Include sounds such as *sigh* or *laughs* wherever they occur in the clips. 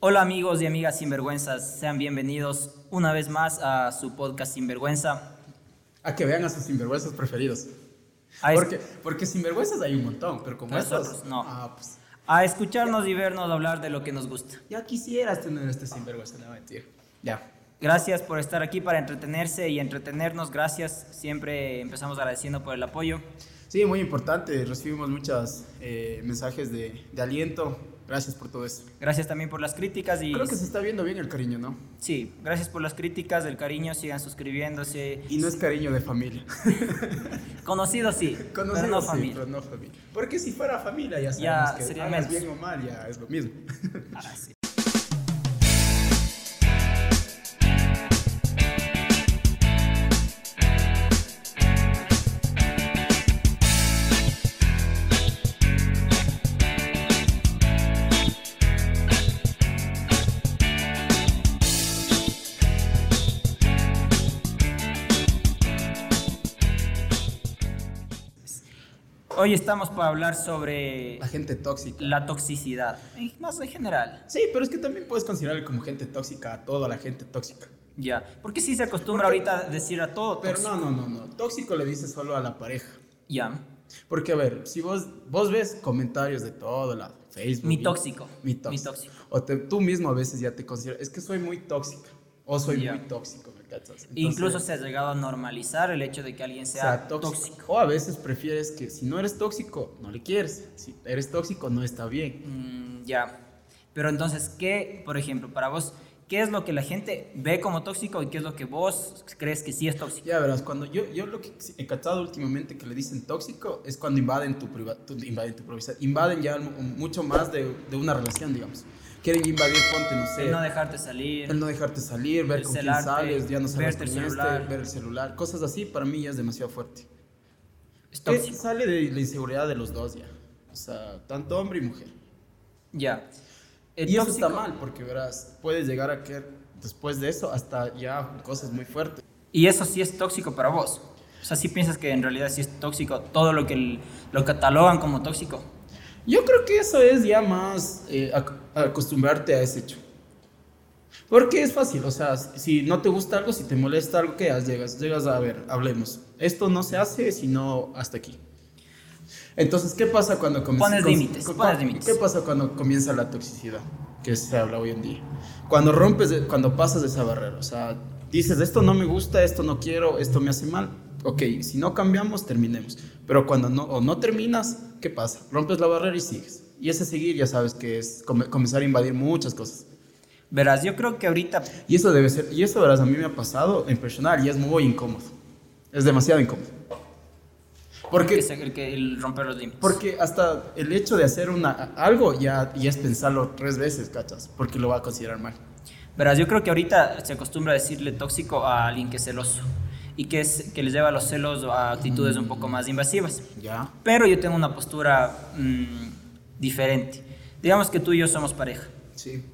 Hola amigos y amigas sinvergüenzas, sean bienvenidos una vez más a su podcast Sinvergüenza. A que vean a sus sinvergüenzas preferidos. A, es- Porque, porque sinvergüenzas hay un montón, pero como Pero estos. nosotros no. Ah, pues, a escucharnos y vernos hablar de lo que nos gusta. ya quisieras tener este sinvergüenza, no mentir. Ya. Gracias por estar aquí para entretenerse y entretenernos, gracias. Siempre empezamos agradeciendo por el apoyo. Sí, muy importante. Recibimos muchos mensajes de, de aliento. Gracias por todo eso. Gracias también por las críticas y Creo que se está viendo bien el cariño, ¿no? sí, gracias por las críticas, el cariño, sigan suscribiéndose. Y no es cariño de familia. Conocidos *laughs* sí, Conocido, pero no sí, familia. pero no familia. Porque si fuera familia ya Ya sabemos que sería menos. hagas bien o mal ya es lo mismo. Ah, sí. Hoy estamos para hablar sobre La gente tóxica. la toxicidad, en- más en general. Sí, pero es que también puedes considerar como gente tóxica a toda la gente tóxica. Ya, porque sí se acostumbra Porque- ahorita a decir a todo Pero tóxico. no, no, no, no. Tóxico le dices solo a la pareja. Ya, Porque, a ver, si vos, vos ves comentarios de todo lado, Facebook. Mi y- tóxico. Mi Mi tóxico. tóxico. O te- tú mismo a veces ya te consideras, es que soy muy tóxica. O soy Ya. E muy tóxico, ¿me cachas? Entonces, incluso se ha llegado a normalizar el hecho de que alguien sea, tóxico. O a veces prefieres que si no eres tóxico, no le quieres. Si eres tóxico, no está bien. Mm, ya, pero entonces, ¿qué, por ejemplo, para vos, qué es lo que la gente ve como tóxico y qué es lo que vos crees que sí es tóxico? Ya verás, cuando yo, yo lo que he cachado últimamente que le dicen tóxico es cuando invaden tu privacidad, invaden tu privacidad, invaden ya mu- mucho más de, de una relación, digamos. Quieren invadir, ponte, no sé, El no dejarte salir. el no dejarte salir, ver el con quién celarte, sales, ya no sabes verte el con este, celular. ver el celular, cosas así, para mí ya es demasiado fuerte. es Que tóxico. sale de la inseguridad de los dos ya, o sea, tanto hombre y mujer. Ya. El y eso tóxico- está mal, porque verás, puedes llegar a que después de eso hasta ya cosas muy fuertes. Y eso sí es tóxico para vos. O sea, sí piensas que en realidad sí es tóxico todo lo que el- lo catalogan como tóxico. Yo creo que eso es ya más eh, ac- acostumbrarte a ese hecho. Porque es fácil, o sea, si no te gusta algo, si te molesta algo, ¿qué haces? Llegas, llegas a ver, hablemos. Esto no se hace sino hasta aquí. Entonces, ¿qué pasa cuando comienza? Pones cons- límites, cu- pones límites. ¿Qué pasa cuando comienza la toxicidad que se habla hoy en día? Cuando rompes, de- cuando pasas esa barrera, o sea, dices, esto no me gusta, esto no quiero, esto me hace mal. Ok, si no cambiamos, terminemos. Pero cuando no, o no terminas, ¿qué pasa? Rompes la barrera y sigues. Y ese seguir ya sabes que es come- comenzar a invadir muchas cosas. Verás, yo creo que ahorita Y eso debe ser, y eso verás, a mí me ha pasado en personal y es muy incómodo. Es demasiado incómodo. que Porque, se- el, que el romper los límites. porque hasta el hecho de hacer una, algo ya, ya es pensarlo tres veces, ¿cachas? Porque lo va a considerar mal. Verás, yo creo que ahorita se acostumbra a decirle tóxico a alguien que es celoso y que, es, que les lleva a los celos a actitudes un poco más invasivas. Ya. Pero yo tengo una postura mm, diferente. Digamos que tú y yo somos pareja. Sí.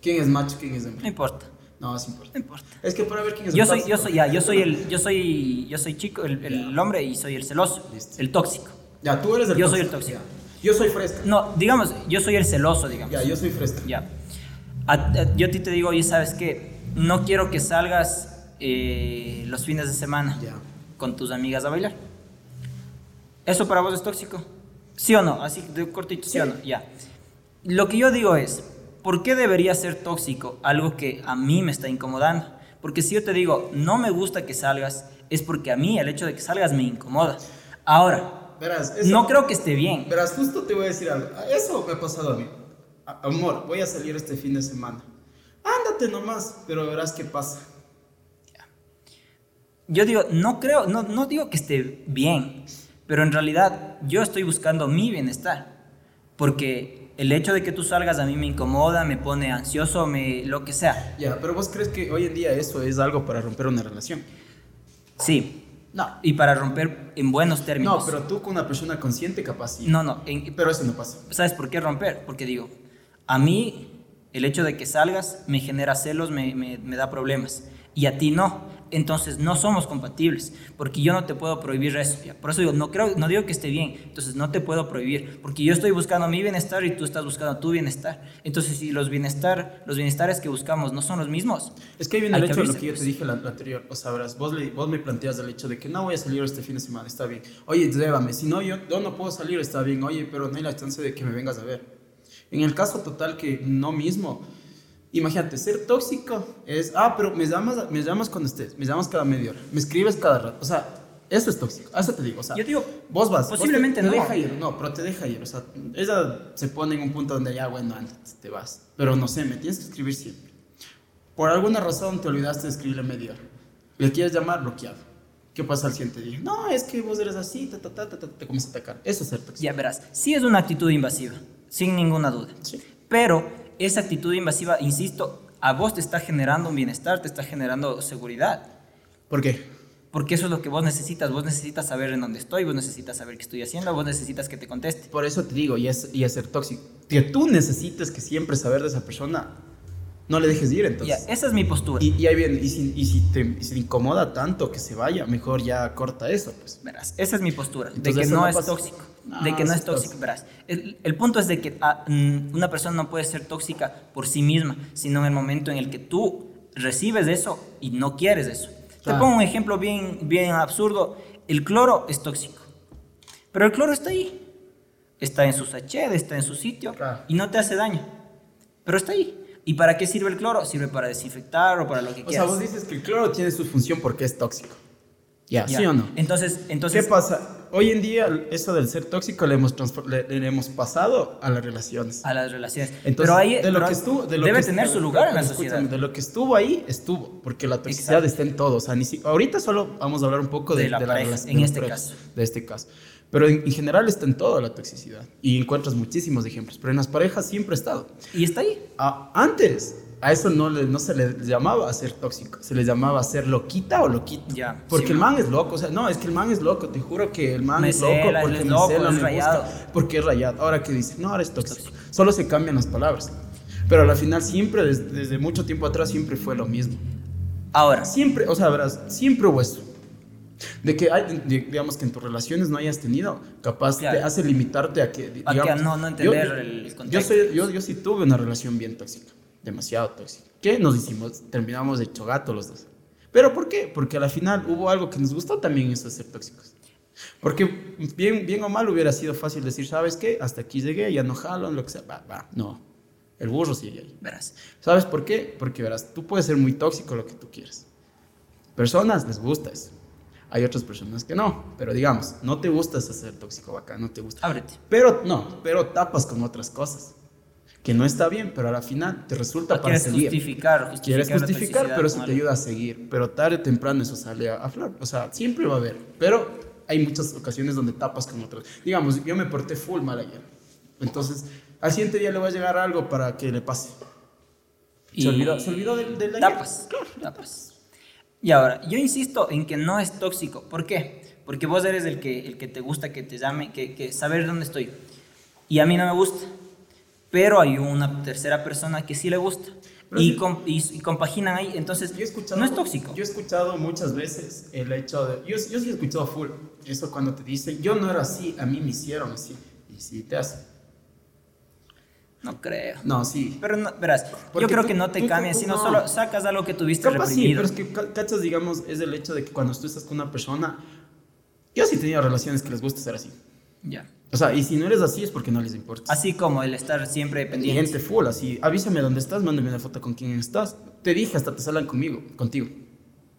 ¿Quién es macho, quién es No hembra? importa, No, es importante. no importa. Es que para ver quién es Yo el soy, yo tóxico. soy, ya, yo soy el, yo soy, yo soy chico, el, el hombre y soy el celoso, Listo. el tóxico. Ya, tú eres el Yo soy el tóxico. Ya. Yo soy fresca. No, digamos, yo soy el celoso, digamos. Ya, yo soy fresca. Ya. A- a- yo a ti te digo, oye, ¿sabes qué? No quiero que salgas eh, los fines de semana Ya. con tus amigas a bailar. ¿Eso para vos es tóxico? ¿Sí o no? Así de cortito, ¿sí, o no? Ya. Lo que yo digo es, ¿por qué debería ser tóxico algo que a mí me está incomodando? Porque si yo te digo, no me gusta que salgas, es porque a mí el hecho de que salgas me incomoda. Ahora, Verás, eso- no creo que esté bien. Verás, justo te voy a decir algo. Eso me ha pasado a mí. A- Amor, voy a salir este fin de semana. Ándate nomás, pero verás qué pasa. Yo digo, no creo, no, no digo que esté bien, pero en realidad yo estoy buscando mi bienestar. Porque el hecho de que tú salgas a mí me incomoda, me pone ansioso, me, lo que sea. Ya, pero vos crees que hoy en día eso es algo para romper una relación. Sí, No. y para romper en buenos términos. No, pero tú con una persona consciente capaz sí. pues No, no, en- Pero eso no pasa. ¿sabes por qué romper? Porque digo, a mí el hecho de que salgas me genera celos, me, me- me da problemas. Y a ti no. entonces no somos compatibles, porque yo no te puedo prohibir eso. ya. Por eso digo, no, creo, no digo que esté bien, entonces no te puedo prohibir, porque yo estoy buscando mi bienestar y tú estás buscando tu bienestar. Entonces, si los, bienestar, los bienestares que buscamos no son los mismos, Es que ahí viene Hay el que hecho de lo abrirse, que yo te pues. dije la, la anterior. O sabrás, vos, le- vos me planteas el hecho de que no voy a salir este fin de semana, está bien. Oye, llévame. Si no, yo, yo no puedo salir, está bien. Oye, pero no hay la chance de que me vengas a ver. En el caso total que no mismo. Imagínate, ser tóxico es, ah, pero me llamas, me llamas cuando estés, me llamas cada media hora, me escribes cada rato. O sea, eso es tóxico. Eso te digo. O sea, yo digo, Vos vas. vos Posiblemente te, te no. deja ir, no, pero te deja ir. O sea, ella se pone en un punto donde ya, bueno, antes te vas. Pero no sé, me tienes que escribir siempre. Por alguna razón te olvidaste de escribirle media hora. Le quieres llamar, bloqueado. ¿Qué pasa al siguiente día? No, es que vos eres así, ta, ta, ta, ta, ta, te comienza a atacar. Eso es ser tóxico. ya verás, sí es una actitud invasiva, sin ninguna duda. Sí. Pero esa actitud invasiva, insisto, a vos te está generando un bienestar, te está generando seguridad. ¿Por qué? Porque eso es lo que vos necesitas. Vos necesitas saber en dónde estoy, vos necesitas saber qué estoy haciendo, vos necesitas que te conteste. Por eso te digo, y es, y es ser tóxico. Que tú necesites que siempre saber de esa persona, no le dejes ir entonces. Ya, esa es mi postura. Y, y ahí viene, y si, y si te, y si te incomoda tanto que se vaya, mejor ya corta eso, pues. Verás, esa es mi postura, Entonces, de que eso no, no es pasa. tóxico, No, de que eso no es es tóxico, tóxico. verás. El, el punto es de que ah, mm, una persona no puede ser tóxica por sí misma, sino en el momento en el que tú recibes eso y no quieres eso. Claro. Te pongo un ejemplo bien, bien absurdo, el cloro es tóxico, pero el cloro está ahí, está en su sachet, está en su sitio Claro. y no te hace daño, pero está ahí. ¿Y para qué sirve el cloro? Sirve para desinfectar o para lo que O sea, quieras. vos dices que el cloro tiene su función porque es tóxico. Ya, Ya. ¿sí o no? Entonces, ¿Qué entonces pasa? Hoy en día, eso del ser tóxico le hemos, transfor- le, le hemos pasado a las relaciones. a las relaciones. Entonces, Ah, pero ahí de lo pero que estuvo- de lo debe que- tener su lugar en la sociedad. escúchame, De lo que estuvo ahí, estuvo, porque la toxicidad Exacto. está en todo. O sea, ni si- ahorita solo vamos a hablar un poco de, De la pareja, relación- en de las este parejas, caso. De este caso. Pero en, en general está en todo la toxicidad. Y encuentras muchísimos ejemplos. Pero en las parejas siempre ha estado. Y está ahí. A- antes a eso no, le- no se le llamaba ser tóxico, se le llamaba ser loquita o loquito. Ya, Porque sí, el man. man es loco, o sea, no, es que el man es loco, te juro que el man Me es loco cela, porque él es me loco, cela, es me busca, rayado. porque es rayado. Ahora que dice, no, ahora es tóxico. Solo se cambian las palabras. Pero al final siempre, des- desde, mucho tiempo atrás, siempre fue lo mismo. Ahora, Siempre, o sea, verás, siempre hubo eso. De que, hay- de- digamos, que en tus relaciones no hayas tenido, capaz te Claro. hace limitarte a que, di- A que digamos, no- no entender el yo, contexto. soy, yo, yo sí tuve una relación bien tóxica, demasiado tóxica. ¿Qué nos hicimos? Terminamos de gato los dos. ¿Pero por qué? Porque al final hubo algo que nos gustó también eso de ser tóxicos. Porque bien, bien o mal hubiera sido fácil decir, ¿sabes qué? Hasta aquí llegué, ya no jalo, lo que sea. Va, va. No, el burro sigue ahí. verás. ¿Sabes por qué? Porque verás, tú puedes ser muy tóxico lo que tú quieras. Personas les gusta eso. Hay otras personas que no, pero digamos, no te gusta ese ser tóxico bacán, no te gusta. Ábrete. Pero no, pero tapas con otras cosas. Que no está bien, pero a la final te resulta No para quieres seguir. justificar, justificar. Quieres la justificar, toxicidad pero con eso te algo. ayuda a seguir. Pero tarde o temprano eso sale a, a flor. O sea, siempre va a haber. Pero hay muchas ocasiones donde tapas con otras. Digamos, yo me porté full mal ayer. Entonces, al siguiente día le va a llegar algo para que le pase. Y- Se olvidó, se olvidó del, del ayer. Tapas. Tapas. pues, Y ahora, yo insisto en que no es tóxico. ¿Por qué? Porque vos eres el que, el que te gusta que te llame, que, que saber dónde estoy. Y a mí no me gusta. Pero hay una tercera persona que sí le gusta. Pero Y, sí. com- y- y compaginan ahí. Entonces, Yo he escuchado, no es tóxico. Yo he escuchado muchas veces el hecho de. Yo, yo sí he escuchado full eso cuando te dicen, yo no era así, a mí me hicieron así. Y sí te hacen. No creo. No, sí. Pero no- verás, Porque yo creo tú- que no te tú- cambias, tú sino no. solo sacas algo que tuviste Capaz sí, Este reprimido. pero es que ca- cachas, digamos, es el hecho de que cuando tú estás con una persona, yo sí he tenido relaciones que les gusta ser así. Ya. O sea, y si no eres así es porque no les importa. Así como el estar siempre pendiente. Pendiente full, así, avísame dónde estás, mándame una foto con quién estás. Te dije, hasta te salgan conmigo, contigo.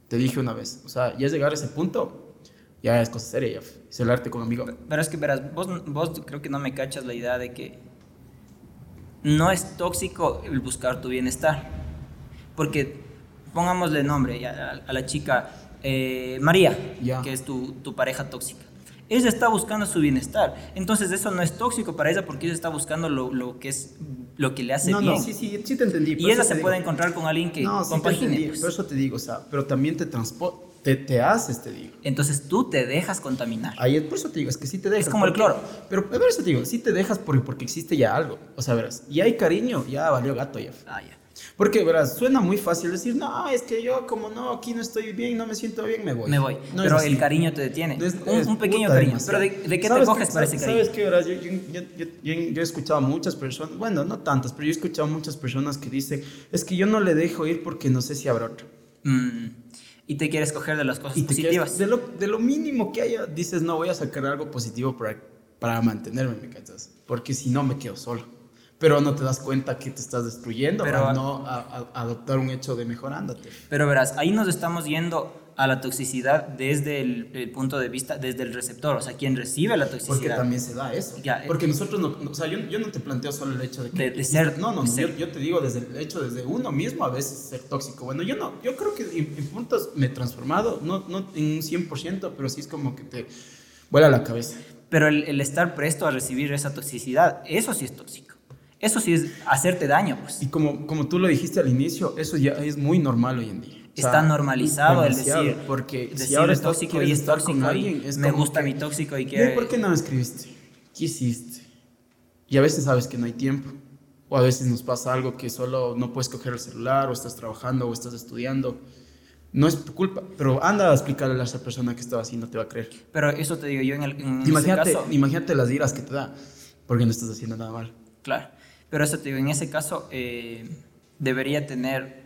Te dije una vez. O sea, ya llegar a ese punto, ya es cosa seria, ya. Celarte con un amigo. Pero es que verás, vos, vos creo que no me cachas la idea de que no es tóxico el buscar tu bienestar. Porque pongámosle nombre ya, a, a la chica eh, María, Ya. que es tu, tu pareja tóxica. Ella está buscando su bienestar. Entonces eso no es tóxico para ella porque ella está buscando lo, lo que es lo que le hace No, bien. no, sí, sí, sí te entendí. por y eso ella te se digo. puede encontrar con alguien que No, sí te compagine. entendí, pues. por eso te digo, o sea, pero también te transporta, te, te haces, te digo. Entonces tú te dejas contaminar. Ahí, por eso te digo, es que sí te dejas. Es como el porque- cloro. Pero por eso te digo, sí te dejas porque, porque existe ya algo. O sea, verás, y hay cariño, ya valió gato ya. Ah, ya. Porque, verás, suena muy fácil decir, no, es que yo como no, aquí no estoy bien, no me siento bien, me voy. Me voy. No pero es así. el cariño te detiene. Es- un, es un pequeño puta cariño. Pero demasiado. ¿de, de qué te ¿Sabes coges para ese sa- cariño? Sabes que, verás, yo, yo, yo, yo- yo- yo he escuchado a muchas personas, bueno, no tantas, pero yo he escuchado a muchas personas que dicen, es que yo no le dejo ir porque no sé si habrá otro. Mm, y te quieres coger de las cosas Y te positivas. quedas- de, lo, de lo mínimo que haya, dices, no, voy a sacar algo positivo para, para mantenerme, ¿me cachas? Porque si no, me quedo solo. Pero no te das cuenta que te estás destruyendo Pero- al no a- a- adoptar un hecho de mejorándote. Pero verás, ahí nos estamos yendo a la toxicidad desde el, el punto de vista, desde el receptor, o sea, quien recibe la toxicidad. Porque también se da eso. Ya, eh. Porque nosotros, no, no- o sea, yo, yo no te planteo solo el hecho de que... De- de ser- No, no, de no, ser. Yo, yo te digo desde el hecho, desde uno mismo a veces ser tóxico. Bueno, yo no, yo creo que en, en puntos me he transformado, no, no en un 100%, pero sí es como que te vuela la cabeza. Pero el, el estar presto a recibir esa toxicidad, eso sí es tóxico. Eso sí es hacerte daño, pues. Y como, como tú lo dijiste al inicio, eso ya es muy normal hoy en día. O sea, Está normalizado el demasiado, decir, porque si decir ahora es estás- tóxico quieres y es estar tóxico con alguien, y es me como gusta que, mi tóxico y "¿Y ahí que... por qué no me escribiste? ¿Qué hiciste? Y a veces sabes que no hay tiempo. O a veces nos pasa algo que solo no puedes coger el celular, o estás trabajando, o estás estudiando. No es tu culpa, pero anda a explicarle a esa persona que estaba así, no te va a creer. Pero eso te digo yo en, el, en ese Imagínate, caso. imagínate las iras que te da, porque no estás haciendo nada mal. Claro, pero eso te digo, en ese caso eh, debería tener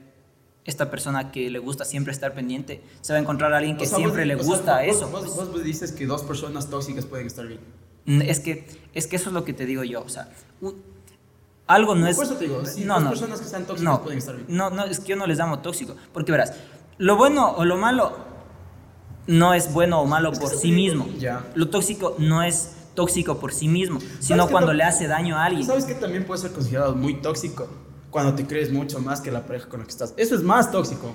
esta persona que le gusta siempre estar pendiente, se va a encontrar a alguien que O sea, siempre vos- le o sea, gusta vos- eso. Vos, pues. vos- vos dices que dos personas tóxicas pueden estar bien. Mm, Es que, es que eso es lo que te digo yo, o sea, u- algo no es... Por eso te digo, si dos personas que sean tóxicas no, pueden estar bien. No, no, es que yo no les llamo tóxico, porque verás, lo bueno o lo malo no es bueno o malo Es que por eso sí te digo, mismo. ya. Lo tóxico no es tóxico por sí mismo, sino que cuando tam- le hace daño a alguien. ¿Sabes que también puede ser considerado muy tóxico? Cuando te crees mucho más que la pareja con la que estás. Eso es más tóxico.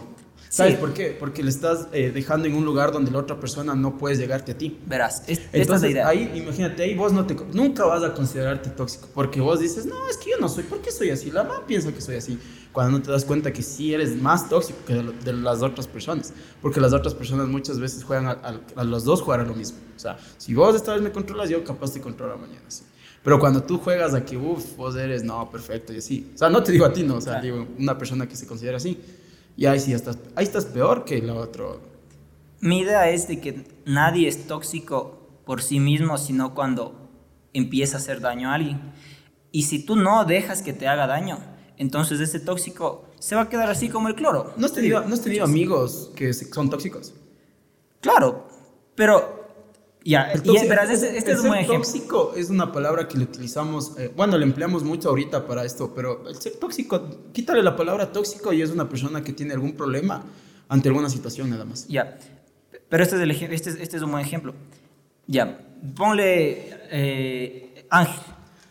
¿Sabes Sí. por qué? Porque le estás eh, dejando en un lugar donde la otra persona no puede llegarte a ti. Verás, es- esta es la Entonces, idea. ahí, imagínate, ahí vos no te, co- nunca vas a considerarte tóxico, porque vos dices, no, es que yo no soy, ¿por qué soy así? La mamá piensa que soy así, cuando no te das cuenta que sí eres más tóxico que de, lo- de las otras personas, porque las otras personas muchas veces juegan a, a- a los dos jugar a lo mismo, o sea, si vos esta vez me controlas, yo capaz te controlo mañana, sí. Pero cuando tú juegas a que, uff, vos eres, no, perfecto, y así, o sea, no te digo a ti, no, o sea, Claro. digo, una persona que se considera así, y ahí sí estás, ahí estás peor que la otra. Mi idea es de que nadie es tóxico por sí mismo, sino cuando empieza a hacer daño a alguien. Y si tú no dejas que te haga daño, entonces ese tóxico se va a quedar así como el cloro. ¿No has tenido, no has tenido amigos que se- son tóxicos? Claro, pero ya, El y- tóxico- verás, este, este el es un buen ser ejemplo. tóxico es una palabra que le utilizamos, eh, bueno, le empleamos mucho ahorita para esto, pero el ser tóxico, quítale la palabra tóxico y es una persona que tiene algún problema ante alguna situación nada más. Ya, pero este es, el ejem- este, es- este es un buen ejemplo. Ya, ponle eh, Ángel.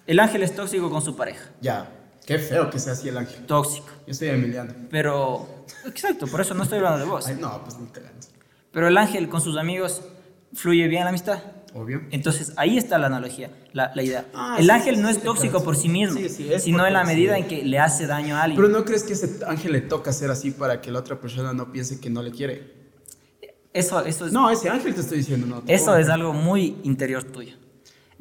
El Ángel es tóxico con su pareja. Ya, qué feo que sea así el ángel. Tóxico. Yo soy Emiliano. Pero, exacto, por eso no estoy hablando de vos. Ay, no, pues ni cagando. Pero el ángel con sus amigos fluye bien la amistad. Obvio. Entonces ahí está la analogía, la, la idea. Ah, el sí, ángel sí, no sí, es sí, tóxico claro. por sí mismo, Sí, sí, es sino en la porque sí. medida en que le hace daño a alguien. Pero no crees que ese ángel le toca ser así para que la otra persona no piense que no le quiere. eso, eso, es, No, ese ángel te estoy diciendo, no. Pues eso tú. es algo muy interior tuyo.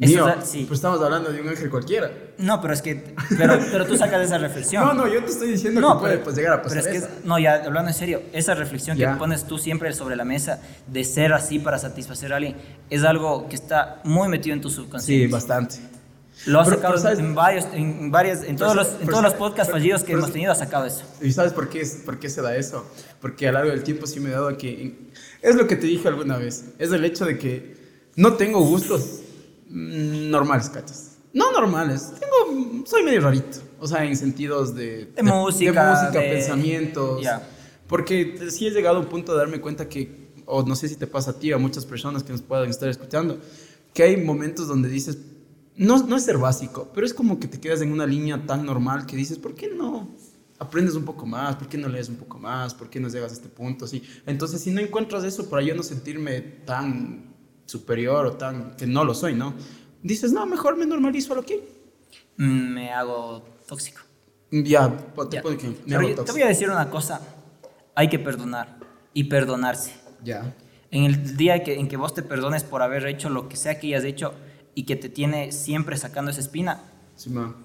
Eso Mío, es a- sí. pues estamos hablando de un ángel cualquiera. No, pero es que pero, pero tú sacas esa reflexión. No, no, yo te estoy diciendo que puede pues, llegar a pasar pero es que eso. no, ya hablando en serio, esa reflexión Ya. que pones tú siempre sobre la mesa de ser así para satisfacer a alguien es algo que está muy metido en tu subconsciente. Sí, bastante. Lo ha Pero- sacado pero, ¿sabes? en varios, en varias, en todos Pero, los, en pero, todos los podcasts pero, fallidos que pero, hemos tenido ha sacado eso. ¿Y sabes por qué, es, por qué se da eso? Porque a lo largo del tiempo sí me he dado que... Es lo que te dije alguna vez. Es el hecho de que no tengo gustos mm, normales, cachas. No normales. Tengo, soy medio rarito. O sea, en sentidos de... De música, música, de- pensamientos. Ya. Porque sí he llegado a un punto de darme cuenta que... O no sé si te pasa a ti o a muchas personas que nos puedan estar escuchando. Que hay momentos donde dices... No, no es ser básico, pero es como que te quedas en una línea tan normal que dices, ¿por qué no aprendes un poco más, por qué no lees un poco más, por qué no llegas a este punto, así. Entonces, si no encuentras eso para yo no sentirme tan superior o tan que no lo soy, ¿no? Dices, no, mejor me normalizo a lo que hay". Mm, Me hago tóxico. Ya, po- te Ya. pongo que me Pero hago yo te tóxico. voy a decir una cosa. Hay que perdonar y perdonarse. Ya. En el día que, en que vos te perdones por haber hecho lo que sea que hayas hecho y que te tiene siempre sacando esa espina, Simón.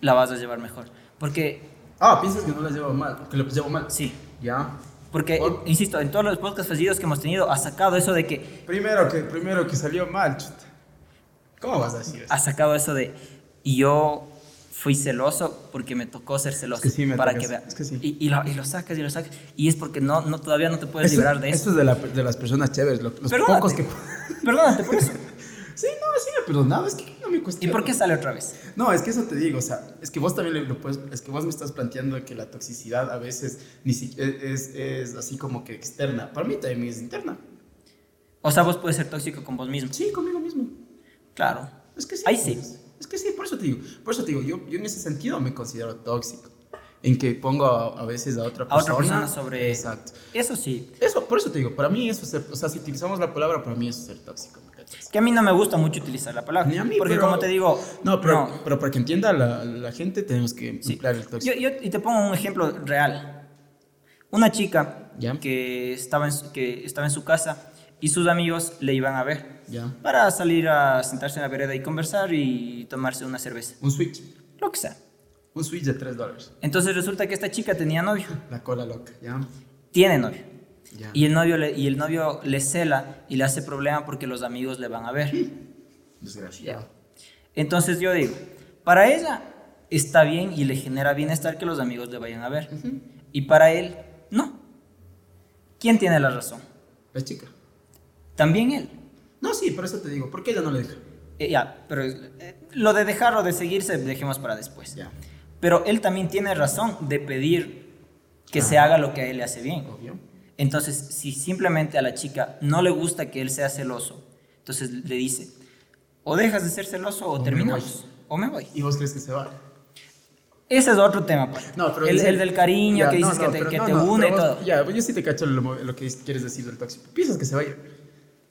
la vas a llevar mejor. Porque Ah, piensas que no las llevo mal, que las llevo mal. Sí. Ya. Porque, Por- eh, insisto, en todos los podcasts fallidos que hemos tenido, ha sacado eso de que. Primero que, primero que salió mal, chuta. ¿Cómo vas a decir eso? Ha sacado eso de. Y yo fui celoso porque me tocó ser celoso. que sí me para tocó que ser- vea. es que sí. y, y lo, y lo sacas y lo sacas. Y es porque no, no, todavía no te puedes Eso- librar de eso. Eso es de, la- de las personas chéveres, lo- los Perdónate. pocos que... Perdónate por eso. Sí, no, sí me perdonaba, es que no me ¿Y cuestiono. por qué sale otra vez? No, es que eso te digo, o sea, es que vos también lo- lo puedes, es que vos me estás planteando que la toxicidad a veces ni si- e, es, es así como que externa. Para mí también es interna. O sea, vos puedes ser tóxico con vos mismo. Sí, conmigo mismo. Claro. Es que sí. Ahí sí. pues. Es que sí, por eso te digo. Por eso te digo, yo, yo en ese sentido me considero tóxico. En que pongo a, a veces a otra A persona. otra persona sobre- Exacto. Eso sí. Eso, por eso te digo, para mí eso es ser, o sea, si utilizamos la palabra, para mí eso es ser tóxico, ¿me cachas? Que a mí no me gusta mucho utilizar la palabra. Ni a mí, porque pero- como te digo... No, pero, pero para que entienda la, la gente tenemos que Sí. emplear el tóxico. Yo, yo- y te pongo un ejemplo real. Una chica Ya. que, estaba en su, que estaba en su casa y sus amigos le iban a ver Ya. para salir a sentarse en la vereda y conversar y tomarse una cerveza. Un switch. Lo que sea. Un switch de 3 dólares. Entonces resulta que esta chica tenía novio. La cola loca, ¿ya? Tiene novio. Ya. Y el novio le, y el novio le cela y le hace problema porque los amigos le van a ver. Desgraciado. Entonces yo digo, para ella está bien y le genera bienestar que los amigos le vayan a ver. Y para él, no. ¿Quién tiene la razón? La chica. También él. No, sí, por eso te digo, ¿por qué ella no le deja? Eh, ya, pero eh, lo de dejar o de seguirse, dejemos para después. Ya. Pero él también tiene razón de pedir que se haga lo que a él le hace bien. Obvio. Entonces, si simplemente a la chica no le gusta que él sea celoso, entonces le dice, o dejas de ser celoso o, O me terminamos, o me voy. ¿Y vos crees que se va? Ese es otro tema, pues. No, pero el, en el serio. del cariño Ya, que no, dices no, que te, pero que no, te no, une y pero vos- todo. Ya, yo sí te cacho lo, lo que es- quieres decir del tóxico. Piensas que se vaya.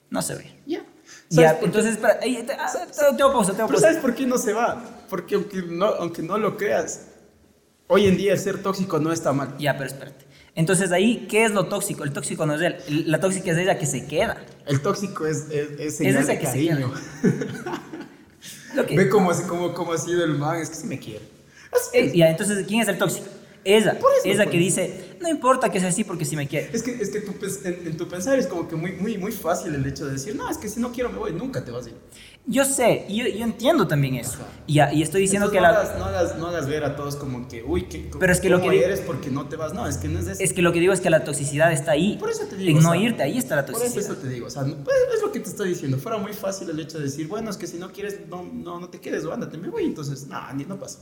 No se ve. Ya. ¿Sabes Ya, por qué? entonces, espera, ey, te, ah, te- te hago pausa, te hago Pero pausa. ¿sabes por qué no se va? Porque aunque no, aunque no lo creas, hoy en día el ser tóxico no está mal. Ya, pero espérate. Entonces, ahí, ¿qué es lo tóxico? El tóxico no es él. El- La tóxica es ella que se queda. El tóxico es, es, es señal ese de que se cariño. Lo que- Ve cómo, es- cómo, cómo ha sido el man, es que sí me quiere. Así eh, es. ya, entonces, ¿quién es el tóxico? Ella. Por eso, ella pues. que dice, no importa que sea así porque sí me quiere. Es que, es que tu pens- en, en tu pensar es como que muy, muy, muy fácil el hecho de decir, no, es que si no quiero me voy, nunca te vas a ir. Yo sé, y yo, yo entiendo también eso. Ajá. Y, ya, y estoy diciendo Entonces, que la... no, hagas, no, hagas, no hagas ver a todos como que, uy, que, Pero es que lo cómo que di- eres porque no te vas. No, es que no es eso. Es que lo que digo es que la toxicidad está ahí. Por eso te digo, En o no sea, irte, ahí está la Por eso, eso toxicidad. te digo, o sea, no- pues, es lo que te estoy diciendo. Fuera muy fácil el hecho de decir, bueno, es que si no quieres, no, no, no te quedes o ándate, me voy. Entonces, no, ni, no pasa.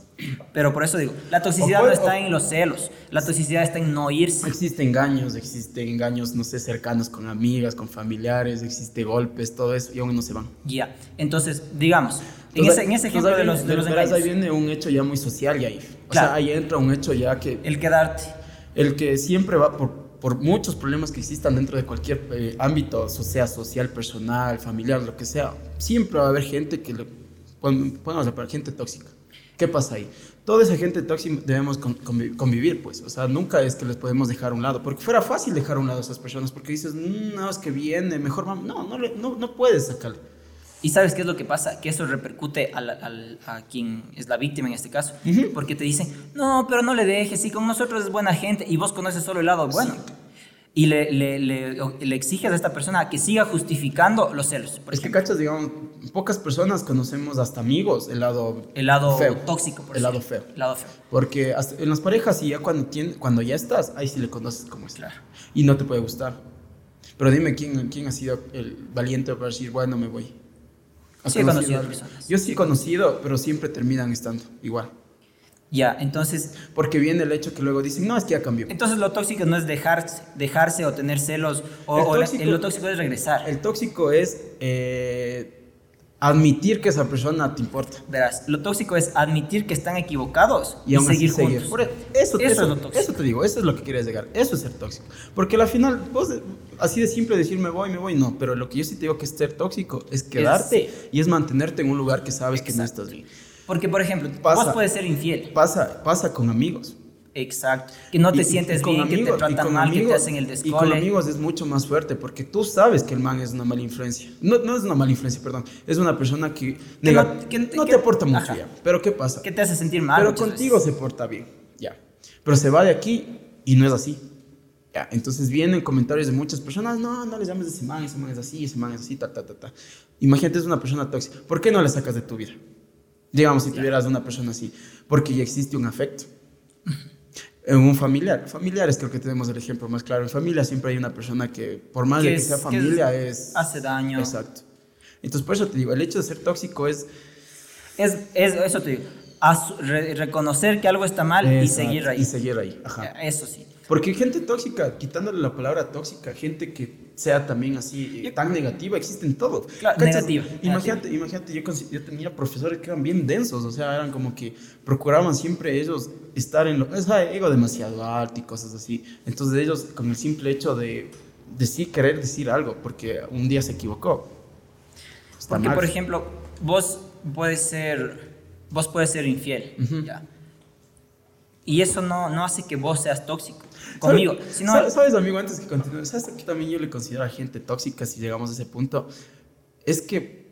Pero por eso digo, la toxicidad O puede- no está o- en los celos. La toxicidad está en no irse. Existen engaños, existen engaños, no sé, cercanos con amigas, con familiares, existe golpes, todo eso, y aún no se van. Ya. Entonces, digamos, en, ese, en ese Entonces, ejemplo ahí de viene- los, de los verás, engaños, Ahí viene un hecho ya muy social, y ahí. O Claro. sea, ahí entra un hecho ya que el quedarte. el que siempre va por, por muchos problemas que existan dentro de cualquier eh, ámbito, o sea social, personal, familiar, lo que sea, siempre va a haber gente que le pon- pongamos la palabra, gente tóxica. ¿Qué pasa ahí? Toda esa gente tóxica debemos con- convi- convivir, pues. O sea, nunca es que les podemos dejar a un lado. Porque fuera fácil dejar a un lado a esas personas. Porque dices, "Mm, no, es que viene, mejor vamos. No, no, le- no, no puedes sacarle. ¿Y sabes qué es lo que pasa? Que eso repercute al- al- a quien es la víctima en este caso. Ujú. Porque te dicen, no, pero no le dejes, sí, con nosotros es buena gente y vos conoces solo el lado bueno. Y le, le- le- o- le exiges a esta persona que siga justificando los celos. Por Es que, ejemplo, cachas, digamos, pocas personas conocemos hasta amigos el lado el lado feo. tóxico. Por El decir. lado feo. El lado feo. Porque hasta en las parejas, y ya cuando, tien- cuando ya estás, ahí sí le conoces como es. Y no te puede gustar. Pero dime quién, quién ha sido el valiente para decir, bueno, me voy. ¿Has Sí, he conocido a alguien? personas. Yo sí he conocido, pero siempre terminan estando igual. Ya, entonces, Porque viene el hecho que luego dicen, no, es que ya cambió. entonces lo tóxico no es dejarse, dejarse o tener celos, o, El o la- tóxico- lo tóxico es regresar. El tóxico es eh, admitir que esa persona te importa. Verás, lo tóxico es admitir que están equivocados y, y, aún seguir así seguir. juntos. Por e- Eso, Eso eso, es lo tóxico. eso te digo, eso es lo que quieres llegar. Eso es ser tóxico. Porque al final, vos, de- así de simple decir me voy, me voy, no. Pero lo que yo sí te digo que es ser tóxico es quedarte y es mantenerte en un lugar que sabes que no estás bien. Porque, por ejemplo, vos Pasa. puedes ser infiel. Pasa, pasa con amigos. Exacto. Que no te Y- y- sientes y con bien, que te amigos- y tratan con mal, que te amigos- hacen el Y con descole. amigos es mucho más fuerte porque tú sabes que el man es una mala influencia. No, no es una mala influencia, perdón. Es una persona que, nega- no- que- no que- te aporta mucho ajá. ya. Pero ¿qué pasa? que te hace sentir mal. Pero muchas contigo veces. se porta bien, ya. pero se va de aquí y no es así. Ya, entonces vienen comentarios de muchas personas, no, no les llames de ese man, ese man es así, ese man es así, ta, ta, ta, ta. Imagínate, es una persona tóxica, ¿por qué no la sacas de tu vida? Digamos, si tuvieras una persona así, porque ya existe un afecto. *laughs* En un familiar, familiares creo que tenemos el ejemplo más claro. En familia siempre hay una persona que, por más Que de que es- sea que familia, es... hace daño. Exacto. Entonces, por eso te digo, el hecho de ser tóxico es Es, es- eso te digo. asu- re- reconocer que algo está mal y Exacto, seguir ahí. Y seguir ahí, ajá. Eso sí. Porque gente tóxica, quitándole la palabra tóxica, gente que sea también así, eh, Yo- tan negativa, existen todos. Claro, negativa, ah, Imagínate, imagínate yo, consi- yo tenía profesores que eran bien densos, o sea, eran como que procuraban siempre ellos estar en lo. Es ego demasiado alto y cosas así. Entonces, ellos, con el simple hecho de, de sí querer decir algo, porque un día se equivocó. Está Porque, mal. por ejemplo, vos puedes ser, vos puedes ser infiel, Ujú. ya. Y eso no, no hace que vos seas tóxico ¿Sabe- conmigo. sino- ¿Sabes, sabes, amigo, antes que continúes? ¿Sabes que también yo le considero a gente tóxica si llegamos a ese punto? Es que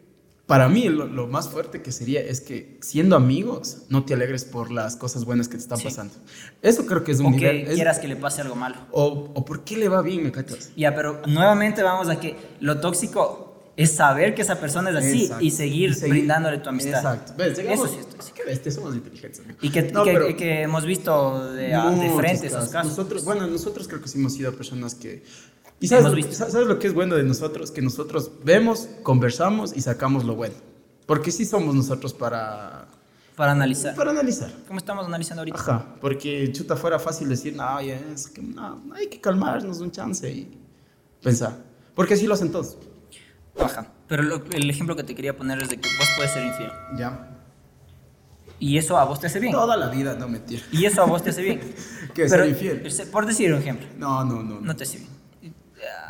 para mí lo, lo más fuerte que sería es que siendo amigos no te alegres por las cosas buenas que te están Sí. pasando. Eso creo que es un o nivel... que es- quieras que le pase algo malo. o, o por qué le va bien, ¿me cachas? Ya, pero nuevamente vamos a que lo tóxico es saber que esa persona es así Exacto. y seguir brindándole tu amistad. Exacto. ¿Ves? Eso Llegamos- sí es tóxico. ¿Qué ves? Te somos inteligentes, amigo. Y que, No, que- pero- que hemos visto de, ah, de Muchos frente esos casos. Nosotros, bueno, nosotros creo que sí hemos sido personas que... ¿Y Hemos sabes lo, visto. sa- sabes lo que es bueno de nosotros? Que nosotros vemos, conversamos y sacamos lo bueno. Porque sí somos nosotros para... para analizar. Para analizar. ¿Cómo estamos analizando ahorita? Ajá, porque chuta fuera fácil decir, no, ya es que no, hay que calmarnos un chance y pensar. Porque así lo hacen todos. Ajá. Pero lo- el ejemplo que te quería poner es de que vos puedes ser infiel. Ya. Y eso a vos te hace bien. Toda la vida, no mentira. Y eso a vos te hace *laughs* bien. ¿Qué, ser infiel? se- Por decir un ejemplo, No, no, no. No, no te hace bien.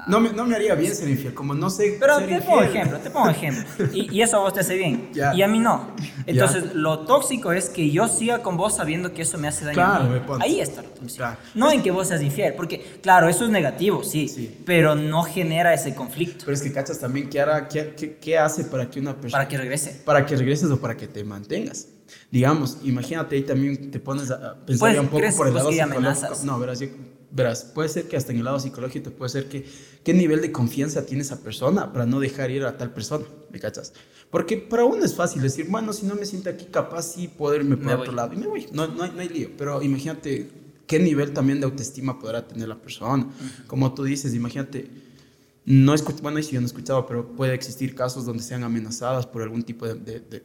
No me, no me haría bien ser infiel, como no sé Pero ser te pongo infiel. ejemplo, te pongo ejemplo. Y, y eso a vos te hace bien. Ya. Y a mí no. Entonces, lo tóxico es que yo siga con vos sabiendo que eso me hace daño. a Claro, mí. me pones. Ahí está lo tóxico. Claro. No en que vos seas infiel, porque, claro, eso es negativo, sí. Sí. Pero no genera ese conflicto Pero es que cachas también qué, hará, qué, qué- qué hace para que una persona... para que regrese. Para que regreses o para que te mantengas. Digamos, imagínate ahí también te pones a- a pensar Pues, ya un poco ¿crees por el vos lado que hay psicológico. amenazas? No, verás, yo- verás, puede ser que hasta en el lado psicológico puede ser que qué nivel de confianza tiene esa persona para no dejar ir a tal persona, ¿me cachas? Porque para uno es fácil decir, bueno, si no me siento aquí capaz sí poderme por Me otro voy. lado y me voy. No, no, hay, no hay lío, pero imagínate qué nivel también de autoestima podrá tener la persona. Como tú dices, imagínate no escuch- bueno, ahí sí yo no he escuchado, pero puede existir casos donde sean amenazadas por algún tipo de, de- de-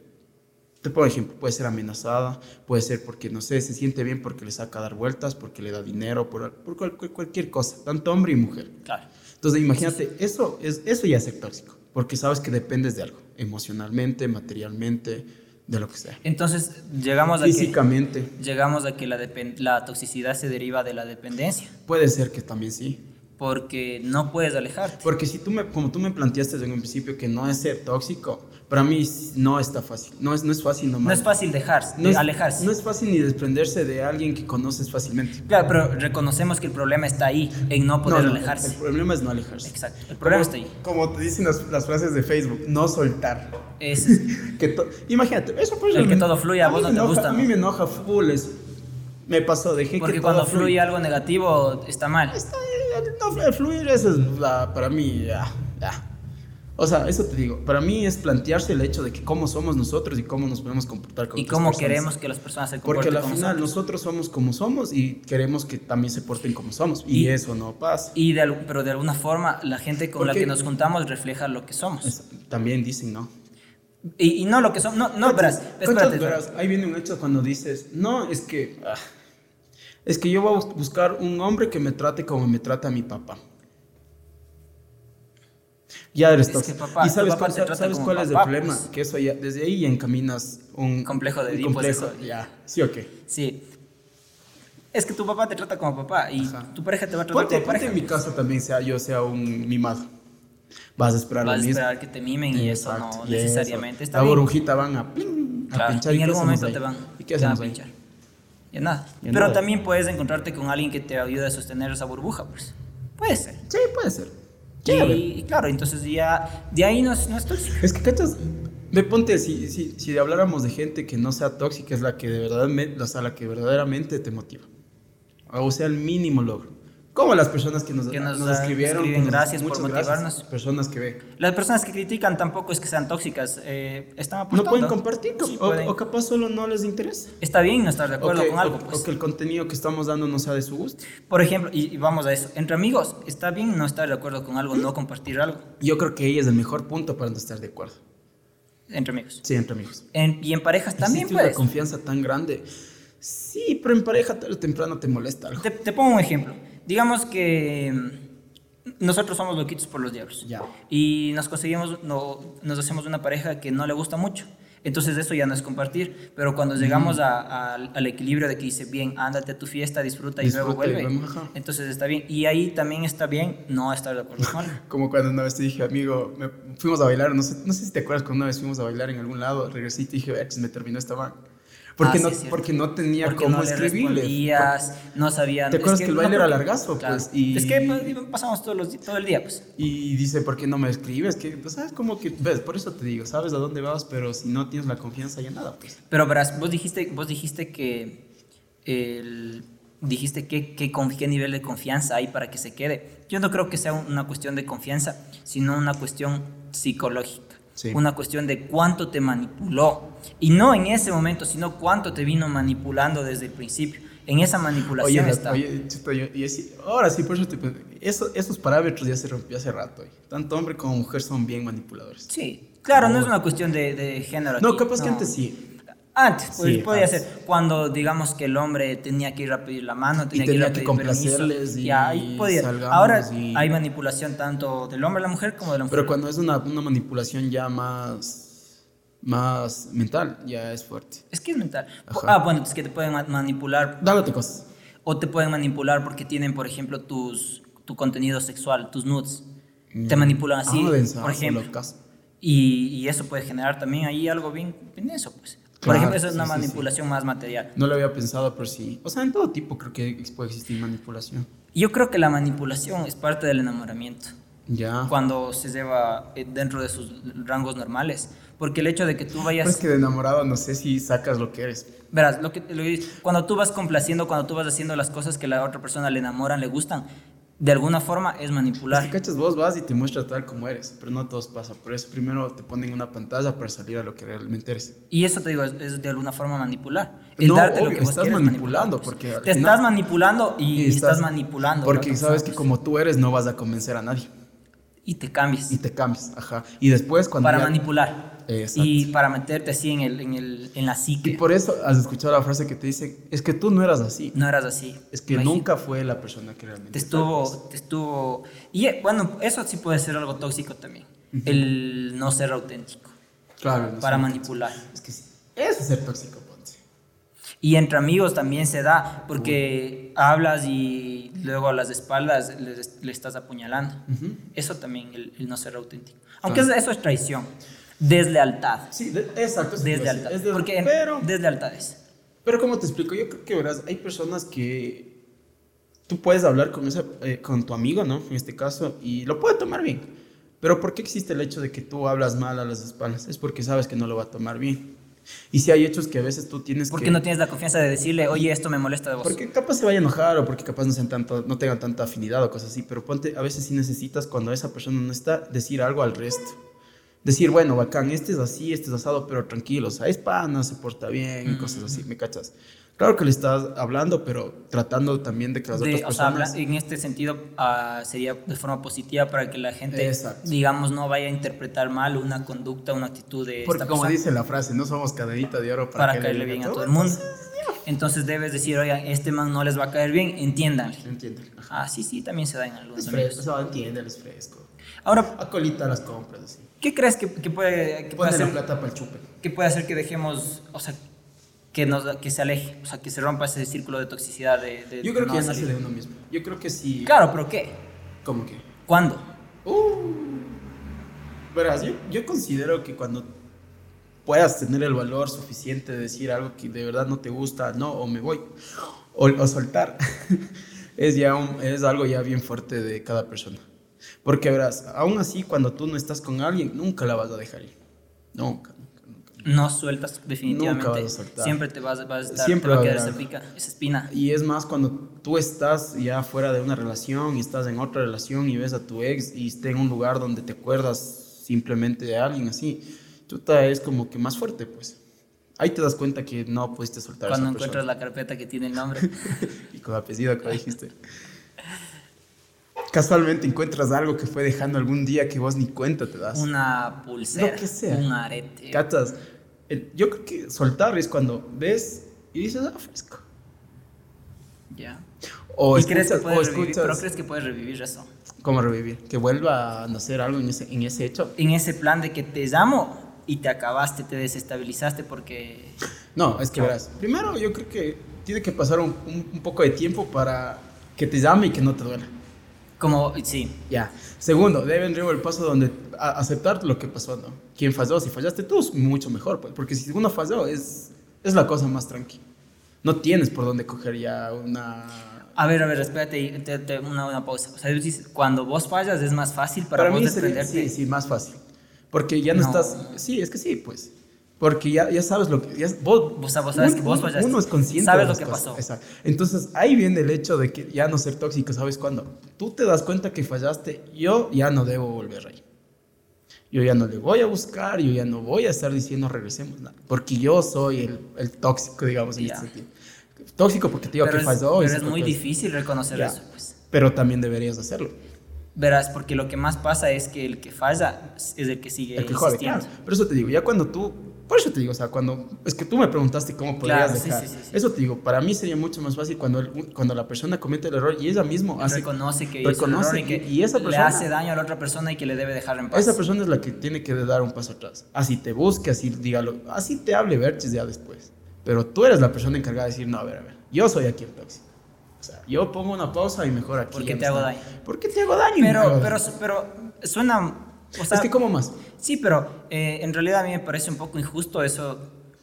Te pongo ejemplo, puede ser amenazada, puede ser porque, no sé, se siente bien porque le saca a dar vueltas, porque le da dinero, por, por cual- cual- cualquier cosa, tanto hombre y mujer. Claro. Entonces, imagínate, eso, es, eso ya es ser tóxico, porque sabes que dependes de algo, emocionalmente, materialmente, de lo que sea. Entonces, llegamos a que. Físicamente, Llegamos a que la, depen- la toxicidad se deriva de la dependencia, puede ser que también sí, porque no puedes alejarte. Porque si tú me, como tú me planteaste en un principio que no es ser tóxico, para mí no está fácil. No es, no es fácil nomás. No es fácil dejarse, No es- alejarse. No es fácil ni desprenderse de alguien que conoces fácilmente. Claro, pero reconocemos que el problema está ahí, en no poder No, no, alejarse. El problema es no alejarse. Exacto, el problema está ahí. Como te dicen las, las frases de Facebook, no soltar. Ese es. *laughs* Que to- Imagínate, eso pues El que me- todo fluya, a vos mí no me te enoja- gusta, A ¿no? mí me enoja full eso. Me pasó, dejé Porque que cuando todo fluye algo negativo está mal. Está- no, fl- fluir eso es la- para mí ya, ya. O sea, eso te digo, para mí es plantearse el hecho de que cómo somos nosotros y cómo nos podemos comportar con Y otras cómo personas. queremos que las personas se Porque comporten. al con final nosotros. nosotros somos como somos y queremos que también se porten como somos y, Y- eso no pasa. Y de, al- pero de alguna forma la gente con la Porque- que nos juntamos refleja lo que somos. Es- también dicen, ¿no? Y, y no lo que somos. No, no, verás. ¿Cuántas- Espérate. cuántas espérate. verás? Ahí viene un hecho cuando dices, no, es que, ah, es que yo voy a bus- buscar un hombre que me trate como me trata mi papá. Ya Es eres que tóxico. papá- y sabes tu papá cuál, te trata sabes como cuál es el papá, problema, pues. que eso ya, desde ahí ya encaminas un Complejo de un Edipo, es complejo, eso. ya, sí o qué. Sí. Es que tu papá te trata como papá y Ajá. tu pareja te va a tratar Ponte, como ponte pareja. en mi casa también sea yo sea un mimado. Vas a esperar Vas a lo mismo. esperar que te mimen y eso Exacto, no y eso. necesariamente está La bien. burbujita van a, pling, a Claro, pinchar. ¿y en qué algún hacemos momento ahí? te van, ¿Y qué te van hacemos a ahí? pinchar. Ya nada. Ya Pero nada. también puedes encontrarte con alguien que te ayude a sostener esa burbuja, pues. Puede ser. Sí, puede ser. Y, Sí, a ver. y claro, entonces ya de ahí no es, no es tóxico. Es que, ¿cachas? Ve, ponte, si, si, si habláramos de gente que no sea tóxica, es la que de verdad, me- o sea, la que verdaderamente te motiva. o sea, el mínimo logro. Como las personas que nos, Que nos, nos ah, escribieron. escriben, nos- gracias por muchas gracias, motivarnos. Personas que ven. Las personas que critican tampoco es que sean tóxicas. eh, están No aportando. pueden compartir, Sí, o, pueden. o capaz solo no les interesa. Está bien no estar de acuerdo o que, con algo. o- pues. o que el contenido que estamos dando no sea de su gusto. Por ejemplo, y, y vamos a eso. Entre amigos, está bien no estar de acuerdo con algo, no compartir algo. Yo creo que ella es el mejor punto para no estar de acuerdo. Entre amigos. Sí, entre amigos. En- y en parejas también Existe una puedes. confianza tan grande. Sí, pero en pareja tarde o temprano te molesta algo. Te, te pongo un ejemplo. Digamos que mm, nosotros somos loquitos por los diablos. Ya. Y nos conseguimos, no, nos hacemos una pareja que no le gusta mucho. Entonces eso ya no es compartir. Pero cuando llegamos a- a- al equilibrio de que dice, bien, ándate a tu fiesta, disfruta y luego Disfruta y vuelve. vamos, ajá. entonces está bien. Y ahí también está bien no estar de acuerdo con algo. Como cuando una vez te dije, amigo, me- fuimos a bailar, no sé, no sé si te acuerdas cuando una vez fuimos a bailar en algún lado, regresé y te dije, "Ech, me terminó esta van. Porque, Ah, no, sí, es cierto. porque no tenía Porque cómo no le escribirle. respondías, no sabían. ¿Te es acuerdas que el baile era porque- largazo, pues? Y- Es que pues, pasamos todos los, di- todo el día, pues. Y dice, ¿por qué no me escribes? Que, pues, ¿sabes? Como que, ves, por eso te digo, sabes a dónde vas, pero si no tienes la confianza ya nada, pues. Pero verás, vos dijiste, vos dijiste que el- dijiste que, que con qué nivel de confianza hay para que se quede. Yo no creo que sea un- una cuestión de confianza, sino una cuestión psicológica. Sí. Una cuestión de cuánto te manipuló. Y no en ese momento, sino cuánto te vino manipulando desde el principio. En esa manipulación la- está. oye, chuta, yo- y así- ahora sí, por eso te eso- esos parámetros ya se rompió hace rato. oye. Tanto hombre como mujer son bien manipuladores. Sí, claro, no es una cuestión de, de género. No, aquí, capaz que no. antes sí. Antes, pues, Sí, podía antes. ser. Cuando digamos que el hombre tenía que ir a pedir la mano, tenía, tenía que que ir a pedir permiso, complacerles y ya, ahí podía. salgamos Ahora y- hay manipulación tanto del hombre a la mujer como de la mujer. Pero cuando es una, una manipulación ya más, más mental, ya es fuerte. Es que es mental. Ajá. Ah, bueno, es que te pueden ma- manipular Dándote cosas. o te pueden manipular porque tienen, por ejemplo, tus, tu contenido sexual, tus nudes. Te Mm. manipulan así, Ah, densazo, por ejemplo. locazo. Y, y eso puede generar también ahí algo bien, bien eso, pues. por Claro, ejemplo, esa es sí, una sí, sí. manipulación más material. No lo había pensado, pero sí. O sea, en todo tipo creo que ex- puede existir manipulación. Yo creo que la manipulación es parte del enamoramiento. Ya. cuando se lleva eh, dentro de sus rangos normales. Porque el hecho de que tú vayas... Pero es Pues que de enamorado no sé si sacas lo que eres. Verás, lo que, lo que- cuando tú vas complaciendo, cuando tú vas haciendo las cosas que la otra persona le enamoran, le gustan, de alguna forma es Es que manipular. cachas, vos vas y te muestras tal como eres, pero no todos pasan por eso. Primero te ponen una pantalla para salir a lo que realmente eres. Y eso te digo, es, es de alguna forma manipular. El No, darte lo obvio, que vos estás quieres manipulando, manipular, pues. porque al Te final- estás manipulando y, y estás, manipulando. a la Porque otra sabes que persona, como tú eres no vas a convencer a nadie pues. Y te cambias y te cambias, ajá. Y después cuando para ya- manipular. Exacto. Y para meterte así en, el, en, el, en la psique. y por eso has escuchado la frase que te dicen, es que tú no eras así. No eras así. Es que Imagínate. nunca fue la persona que realmente Te eras. estuvo, te estuvo... Y eh, bueno, eso sí puede ser algo tóxico también. El no ser auténtico Claro, no para sé. manipular. Es que sí. Eso es ser tóxico, Ponce. Y entre amigos también se da, porque hablas y luego a las espaldas le, le estás apuñalando. Ujú. Eso también, el, el no ser auténtico. Aunque eso- eso es traición, deslealtad. Sí, de- exacto. eso te iba a decir. Deslealtad. Es de- porque en- pero, deslealtades. pero como te explico, yo creo que verás, hay personas que tú puedes hablar con, esa, eh, con tu amigo, ¿no? En este caso, y lo puede tomar bien. Pero ¿por qué existe el hecho de que tú hablas mal a las espaldas? Es porque sabes que no lo va a tomar bien. Y si hay hechos que a veces tú tienes Porque que... no tienes la confianza de decirle, oye, esto me molesta de vos. Porque capaz se vaya a enojar o porque capaz no, sean tanto, no tengan tanta afinidad o cosas así, pero ponte, a veces sí necesitas cuando esa persona no está, decir algo al resto. Decir, bueno, bacán, este es así, este es asado, pero tranquilo, o sea, es pana, se porta bien y cosas así, ¿me cachas? Claro que le estás hablando, pero tratando también de que las De- otras o sea, habla- personas... en este sentido ah, sería de forma positiva para que la gente, Exacto. digamos, no vaya a interpretar mal una conducta, una actitud de porque esta como persona dice la frase, no somos cadenita de oro para, para caerle bien a todo el mundo. Entonces debes decir, oigan, este man no les va a caer bien, entiéndanle. Entiéndelo. Ah, sí, sí, también se da en Es algunos fresco, o amigos. sea, entiéndelo, es fresco. Ahora, A colita las compras, así. ¿qué crees que, que puede, que puede Ponle la hacer, plata para el chupe. que puede hacer que dejemos, o sea, que, nos, que se aleje, o sea, que se rompa ese círculo de toxicidad? De, de- Yo creo Eh, no que ya salir? nace de uno mismo. Yo creo que sí... Claro, pero ¿qué? ¿Cómo que? ¿Cuándo? Uh. Verás, yo, yo considero que cuando puedas tener el valor suficiente de decir algo que de verdad no te gusta, no, o me voy, o, o soltar, *laughs* es, ya un- es algo ya bien fuerte de cada persona. Porque verás, aún así, cuando tú no estás con alguien, nunca la vas a dejar ir. Nunca, nunca, nunca. No sueltas definitivamente. Nunca vas a soltar. Siempre te vas, vas a estar, Siempre te va a va a quedar haber esa algo. pica, esa espina. Y es más cuando tú estás ya fuera de una relación y estás en otra relación y ves a tu ex y está en un lugar donde te acuerdas simplemente de alguien así, chuta, es como que más fuerte, pues. Ahí te das cuenta que no pudiste soltar a Cuando esa encuentras persona. la carpeta que tiene el *laughs* nombre. Y con apellido que dijiste. Casualmente encuentras algo que fue dejando algún día que vos ni cuenta te das. una pulsera. Lo que sea. Un arete. Catas, el- yo creo que soltar es cuando ves y dices, ah, fresco. Ya. O ¿Y crees que escuchas- o puedes revivir? escuchas- ¿Pero crees que puedes revivir eso? ¿Cómo revivir? Que vuelva a nacer algo en ese, en ese hecho. En ese plan de que te llamo y te acabaste, te desestabilizaste porque No, es que verás. Primero, yo creo que tiene que pasar un, un- un poco de tiempo para que te llame y que no te duela. como sí, Ya. Segundo, deben llevar el paso donde a- aceptar lo que pasó, ¿no? ¿Quién falló? Si fallaste tú, es mucho mejor, pues. Porque si uno falló, es, es la cosa más tranqui. No tienes por dónde coger ya una. A ver, a ver, espérate, y te- te- una, una pausa. O sea, dices, cuando vos fallas es más fácil para, para vos mí sería defenderte. sí, sí, más fácil. Porque ya no, No. estás. Sí, es que sí, pues. Porque ya, ya sabes lo que. ya- vos, O sea, vos sabes que vos fallaste. Uno es consciente. Sabes de lo las que cosas. pasó. Exacto. Entonces ahí viene el hecho de que ya no ser tóxico, ¿sabes cuándo? Tú te das cuenta que fallaste, yo ya no debo volver ahí. Yo ya no le voy a buscar, yo ya no voy a estar diciendo regresemos, nada. Porque yo soy el, el tóxico, digamos, en Ya. este sentido. Tóxico porque te digo pero que es, falló. y pero se es muy cortó. difícil reconocer Ya. eso, pues. Pero también deberías hacerlo. Verás, porque lo que más pasa es que el que falla es el que sigue El que jode, insistiendo. claro. Pero eso te digo, ya cuando tú, por eso te digo, o sea, cuando, es que tú me preguntaste cómo podrías Claro, sí, dejar. sí, sí, sí. Eso te digo, para mí sería mucho más fácil cuando, el- cuando la persona comete el error y ella mismo hace, reconoce que hizo reconoce el error y que y- y esa persona- le hace daño a la otra persona y que le debe dejar en paz. esa persona es la que tiene que dar un paso atrás. Así te busque, así dígalo, así te hable Berches ya después. Pero tú eres la persona encargada de decir, no, a ver, a ver, yo soy aquí el tóxico. O sea, yo pongo una pausa y mejor aquí. ¿Por qué ya no te hago está. daño? ¿Por qué te hago daño? pero, No. pero, pero suena... O sea, es que, ¿cómo más? Sí, pero eh, en realidad a mí me parece un poco injusto eso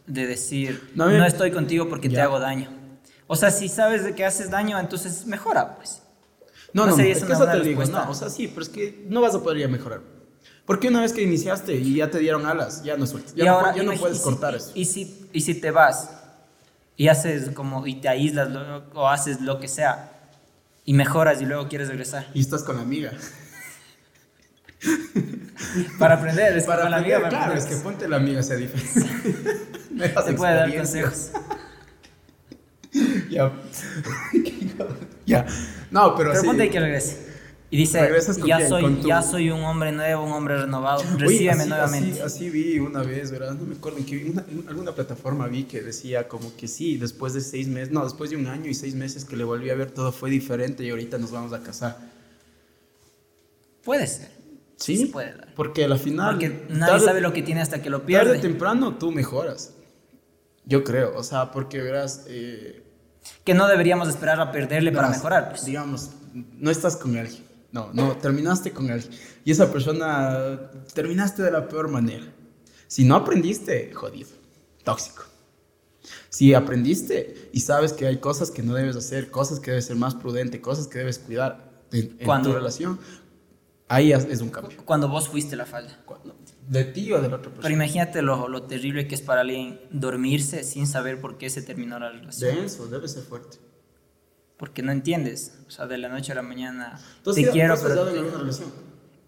de decir, No, no, a mí- estoy contigo porque te Ya. hago daño. O sea, si sabes de que haces daño, entonces mejora, pues. No, No no, sé, es es que una eso buena te digo, respuesta. no, o sea, sí, pero es que no vas a poder ya mejorar. Porque una vez que iniciaste y ya te dieron alas, ya no sueltas, ya, y no, ahora, ya no imagi- puedes y si- cortar eso. Y si, y si te vas y haces como, y te aíslas lo- o haces lo que sea y mejoras y luego quieres regresar. *laughs* Y estás con la amiga. Para aprender, es que con la aprender, amiga, para claro, es aprender, que ponte la amiga sea diferente. *laughs* Nuevas te puede dar experiencias. consejos. Ya. *laughs* ya. No, pero, Pero sí. ponte que regrese. Y dice, ¿Regresas con ya quién? soy, ¿Con tu- ya soy un hombre nuevo, un hombre renovado, Oye, recíbeme así- nuevamente. Así, así vi una vez, ¿verdad? No me acuerdo en que vi una- en alguna plataforma vi que decía como que sí, después de seis meses, no, después de un año y seis meses que le volví a ver todo fue diferente y ahorita nos vamos a casar. Puede ser. Sí se puede dar. Porque al final. Porque nadie tarde- sabe lo que tiene hasta que lo Tarde o pierde. temprano tú mejoras. Yo creo, o sea, porque verás. eh, Que no deberíamos esperar a perderle para verás, mejorar. pues. Digamos, no estás con alguien. No, no, terminaste con alguien. Y esa persona. Terminaste de la peor manera. Si no aprendiste, jodido. Tóxico. Si aprendiste y sabes que hay cosas que no debes hacer, cosas que debes ser más prudente, cosas que debes cuidar en, en Cuando- tu relación, ahí has- es un cambio. Cuando vos fuiste la falla. Cuando- De ti o de la otra persona. Pero imagínate lo, lo terrible que es para alguien dormirse sin saber por qué se terminó la relación. Denso, debe ser fuerte. Porque no entiendes. O sea, de la noche a la mañana. ¿Tú has te sido- quiero, tú has pero. fallado en alguna relación?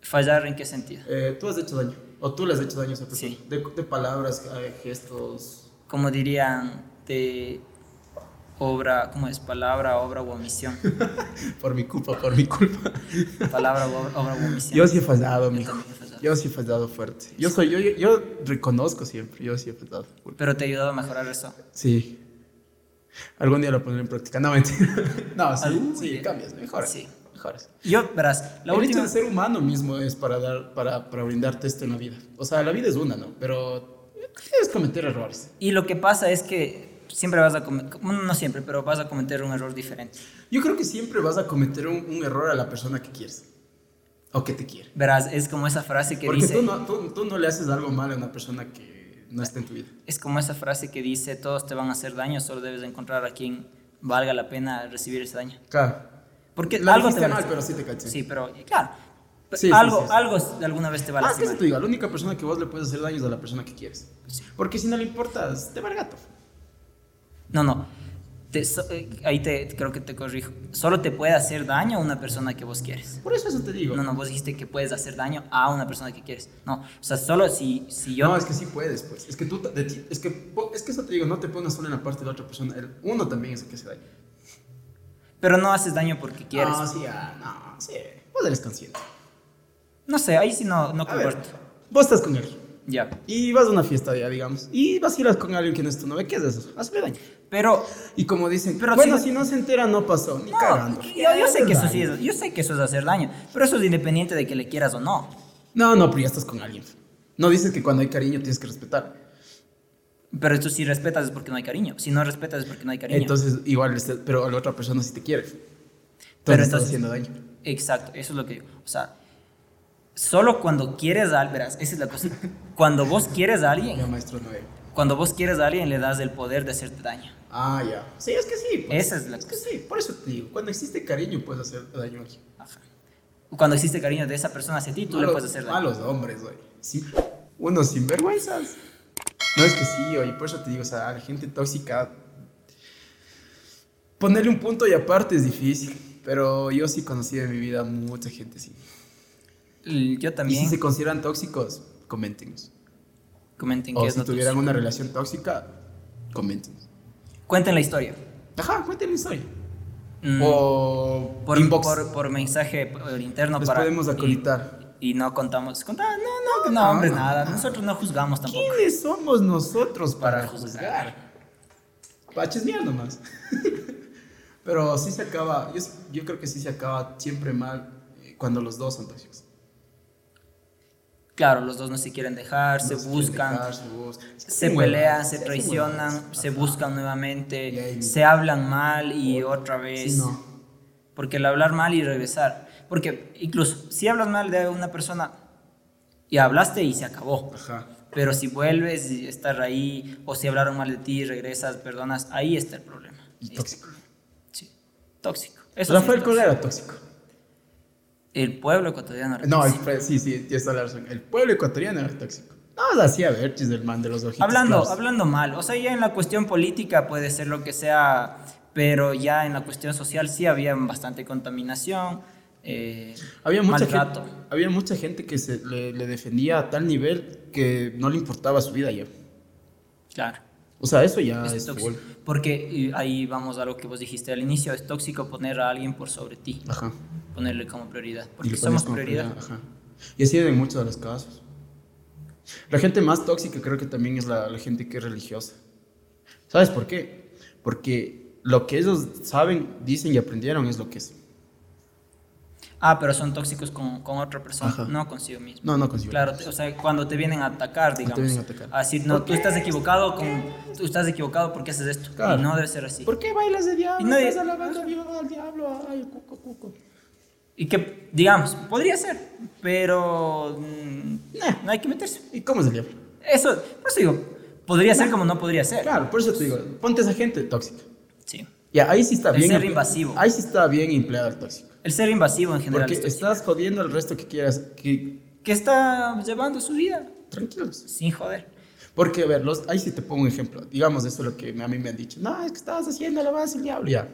¿Fallar en qué sentido? Eh, tú has hecho daño. O tú le has hecho daño a esa persona. Sí. De, de palabras, eh, gestos. Como dirían, de obra, ¿cómo es? Palabra, obra u *laughs* omisión. Por mi culpa, por mi culpa. Palabra, ob- obra u omisión. Yo sí he fallado, Yo mijo. también he fallado. Yo sí he fallado fuerte. Yo soy, yo, yo, yo reconozco siempre. Yo sí he fallado. Pero te ha ayudado a mejorar eso. Sí. Algún día lo pondré en práctica. No, mentira. *laughs* No, sí, Algún sí día. cambias, mejoras. Sí. Mejoras. Yo, verás, la el última. hecho de ser humano mismo es para, dar, para, para brindarte esto en la vida. O sea, la vida es una, ¿no? Pero debes cometer errores. Y lo que pasa es que siempre vas a cometer, no siempre, pero vas a cometer un error diferente. Yo creo que siempre vas a cometer un, un error a la persona que quieres o que te quiere. Verás, es como esa frase que Porque dice, tú no, tú- tú no le haces algo mal a una persona que no está en tu vida. es como esa frase que dice, todos te van a hacer daño, solo debes encontrar a quien valga la pena recibir ese daño. Claro. Porque La algo te dijiste van a mal, hacer. pero sí te caché. Sí, pero y claro, Pero Sí, sí, algo, sí, sí. algo de alguna vez te va a Ah, que se lastimar. te diga, la única persona que vos le puedes hacer daño es a la persona que quieres. Porque si no le importas, te va el gato. No, no. Te- so- eh, ahí te creo que te corrijo. Solo te puede hacer daño a una persona que vos quieres. Por eso eso te digo. No, no, vos dijiste que puedes hacer daño a una persona que quieres. No, o sea, solo si, si yo... No, es que sí puedes, pues. Es que tú, de ti- es que, po- es que eso te digo, no te pongas solo en la parte de la otra persona. El uno también es el que se daña. Pero no haces daño porque quieres. No, sí, ah, no, sí. Vos eres consciente. No sé, ahí sí no, no A ver, comparto. vos estás con él. Ya. Y vas a una fiesta ya, digamos. Y vacilas con alguien que no es tu novia. ¿Qué es eso? Hazle daño. Pero Y como dicen, Pero bueno, sí- si no se entera, no pasó. Ni no, cagando. yo, yo sé que eso sí es. es, yo sé que eso es hacer daño, pero eso es independiente de que le quieras o no. No, no, pero ya estás con alguien. No dices que cuando hay cariño tienes que respetar. Pero esto si respetas es porque no hay cariño, si no respetas es porque no hay cariño. Entonces, igual, este- pero a la otra persona sí te quiere. Entonces, Pero estás entonces- haciendo daño. Exacto, eso es lo que digo. O sea, solo cuando quieres a verás, esa es la cosa. Cuando vos quieres a Ya, alguien, maestro Noé. cuando vos quieres a alguien le das el poder de hacerte daño. Ah, ya. Sí, es que sí. pues. Esa es la que cosa. sí, por eso te digo. Cuando existe cariño, puedes hacer daño aquí. Ajá. Cuando existe cariño de esa persona hacia ti, tú A le los- puedes hacer A daño. los hombres, güey. Sí. Unos sinvergüenzas. No, es que sí, oye, por eso te digo, o sea, a la gente tóxica. Ponerle un punto y aparte es difícil. Pero yo sí conocí de mi vida mucha gente, sí. L- Mm, Yo Y si también se consideran tóxicos, coméntenos. comenten que O es si lo tuyo. tuvieran una relación tóxica, coméntenos. Cuenten la historia. Ajá, cuéntenme historia. Mm, O por, inbox. por- por mensaje por interno Les para podemos y- acolitar. Y, no contamos. contá- no, no, no, no, hombre, no, nada. no. Nosotros no juzgamos tampoco. ¿Quiénes somos nosotros para, Para juzgar. juzgar? Paches mierda nomás. *laughs* Pero sí se acaba, yo, s- yo creo que sí se acaba siempre mal eh, cuando los dos son tóxicos. Claro, los dos no se quieren dejar, se No quieren buscan. dejar, se buscan. Es que se son pelean, huevadas, se son traicionan, huevadas. se Ajá. buscan Y ahí- nuevamente, se hablan mal y otra Sí, vez. no. Porque el hablar mal y regresar. Porque incluso si hablas mal de una persona y hablaste y se acabó. Ajá. Pero si vuelves y estar ahí, o si hablaron mal de ti, regresas, perdonas, ahí está el problema. Y tóxico. Sí. Tóxico. Eso sí Rafael es Correa tóxico. era tóxico. El pueblo ecuatoriano. No, el regresa. pre- sí, sí, tienes toda la razón. El pueblo ecuatoriano era tóxico. No, lo hacía ver, chis del man de los ojitos. Hablando, claros. hablando mal, o sea, ya en la cuestión política puede ser lo que sea, pero ya en la cuestión social sí había bastante contaminación, eh, Había mucha, gente, maltrato. había mucha gente que se le, le defendía a tal nivel que no le importaba su vida ya. Claro, O sea, eso ya es Ah, es tóxico. gol. Porque y ahí vamos a lo que vos dijiste al inicio, es tóxico poner a alguien por sobre ti, Ajá. ponerle como prioridad, Y porque lo pones somos como prioridad. Ajá. Y así en muchos de los casos. La gente más tóxica creo que también es la, la gente que es religiosa. ¿Sabes por qué? Porque lo que ellos saben, dicen y aprendieron es lo que es. Ah, pero son tóxicos con, con otra persona, Ajá. no consigo mismo. No, no consigo. Claro, te- o sea, cuando te vienen a atacar, Cuando digamos. te vienen a atacar. a decir, no, tú estás equivocado con tú estás equivocado porque haces esto Claro. y no debe ser así. ¿Por qué bailas de diablo? Y nadie- Estás alabando viva al diablo. Ay, cuco, cuco. Y que, digamos, podría ser, pero mm, nah, no hay que meterse. ¿Y cómo es el diablo? Eso, por eso digo, podría ser como no podría ser. Claro, por eso te digo, ponte esa gente tóxica. Sí. Ya, ahí sí está El bien. ser emple- invasivo. Ahí sí está bien empleado el tóxico. El ser invasivo en general. Porque es tóxico. estás jodiendo al resto que quieras. Que, Que está llevando su vida tranquilos. sin joder. Porque, a ver, los, ahí sí te pongo un ejemplo. Digamos, eso es lo que a mí me han dicho. No, es que estabas haciendo la base del diablo. Ya.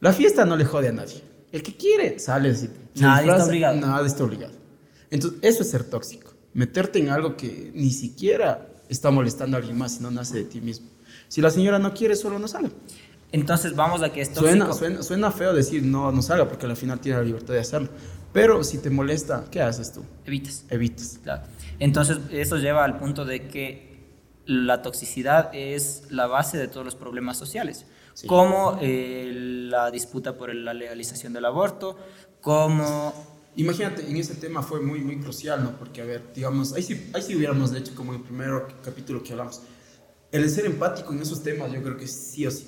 La fiesta no le jode a nadie. El que quiere sale. Si, Nadie está obligado. Nada está obligado. Entonces, eso es ser tóxico. Meterte en algo que ni siquiera está molestando a alguien más, sino nace de ti mismo. Si la señora no quiere, solo no salga. Entonces vamos a que es tóxico. Suena, suena, suena feo decir no, no salga, porque al final tiene la libertad de hacerlo. Pero si te molesta, ¿qué haces tú? Evitas. Evitas. Claro. Entonces eso lleva al punto de que la toxicidad es la base de todos los problemas sociales, Sí. como eh, la disputa por la legalización del aborto, como Imagínate, en ese tema fue muy, muy crucial, ¿no? Porque, a ver, digamos, ahí sí, ahí sí hubiéramos hecho como el primer capítulo que hablamos. El ser empático en esos temas, yo creo que sí o sí.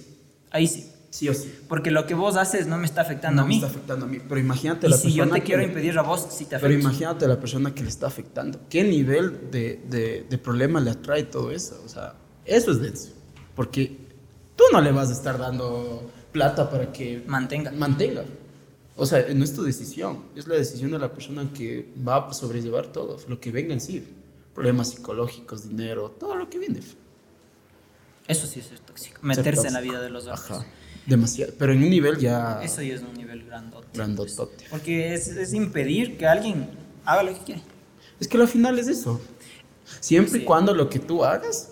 ahí sí. Sí o sí. Porque lo que vos haces no me está afectando a me mí. está afectando a mí. Pero imagínate Y la si yo persona te que quiero le- impedir a vos, si te Pero afecta. imagínate la persona que le está afectando. ¿Qué nivel de, de, de problema le atrae todo eso? O sea, eso es denso. Porque tú no le vas a estar dando plata para que Mantenga. mantenga. O sea, no es tu decisión, es la decisión de la persona que va a sobrellevar todo, lo que venga en sí. Problemas psicológicos, dinero, todo lo que viene. Eso sí es ser tóxico. Meterse en la vida de los otros. Ajá. Demasiado. Pero en un nivel ya Eso ya es un nivel grandote. grandotote. Porque es, es impedir que alguien haga lo que quiere. Es que al final es eso. Siempre Sí. y cuando lo que tú hagas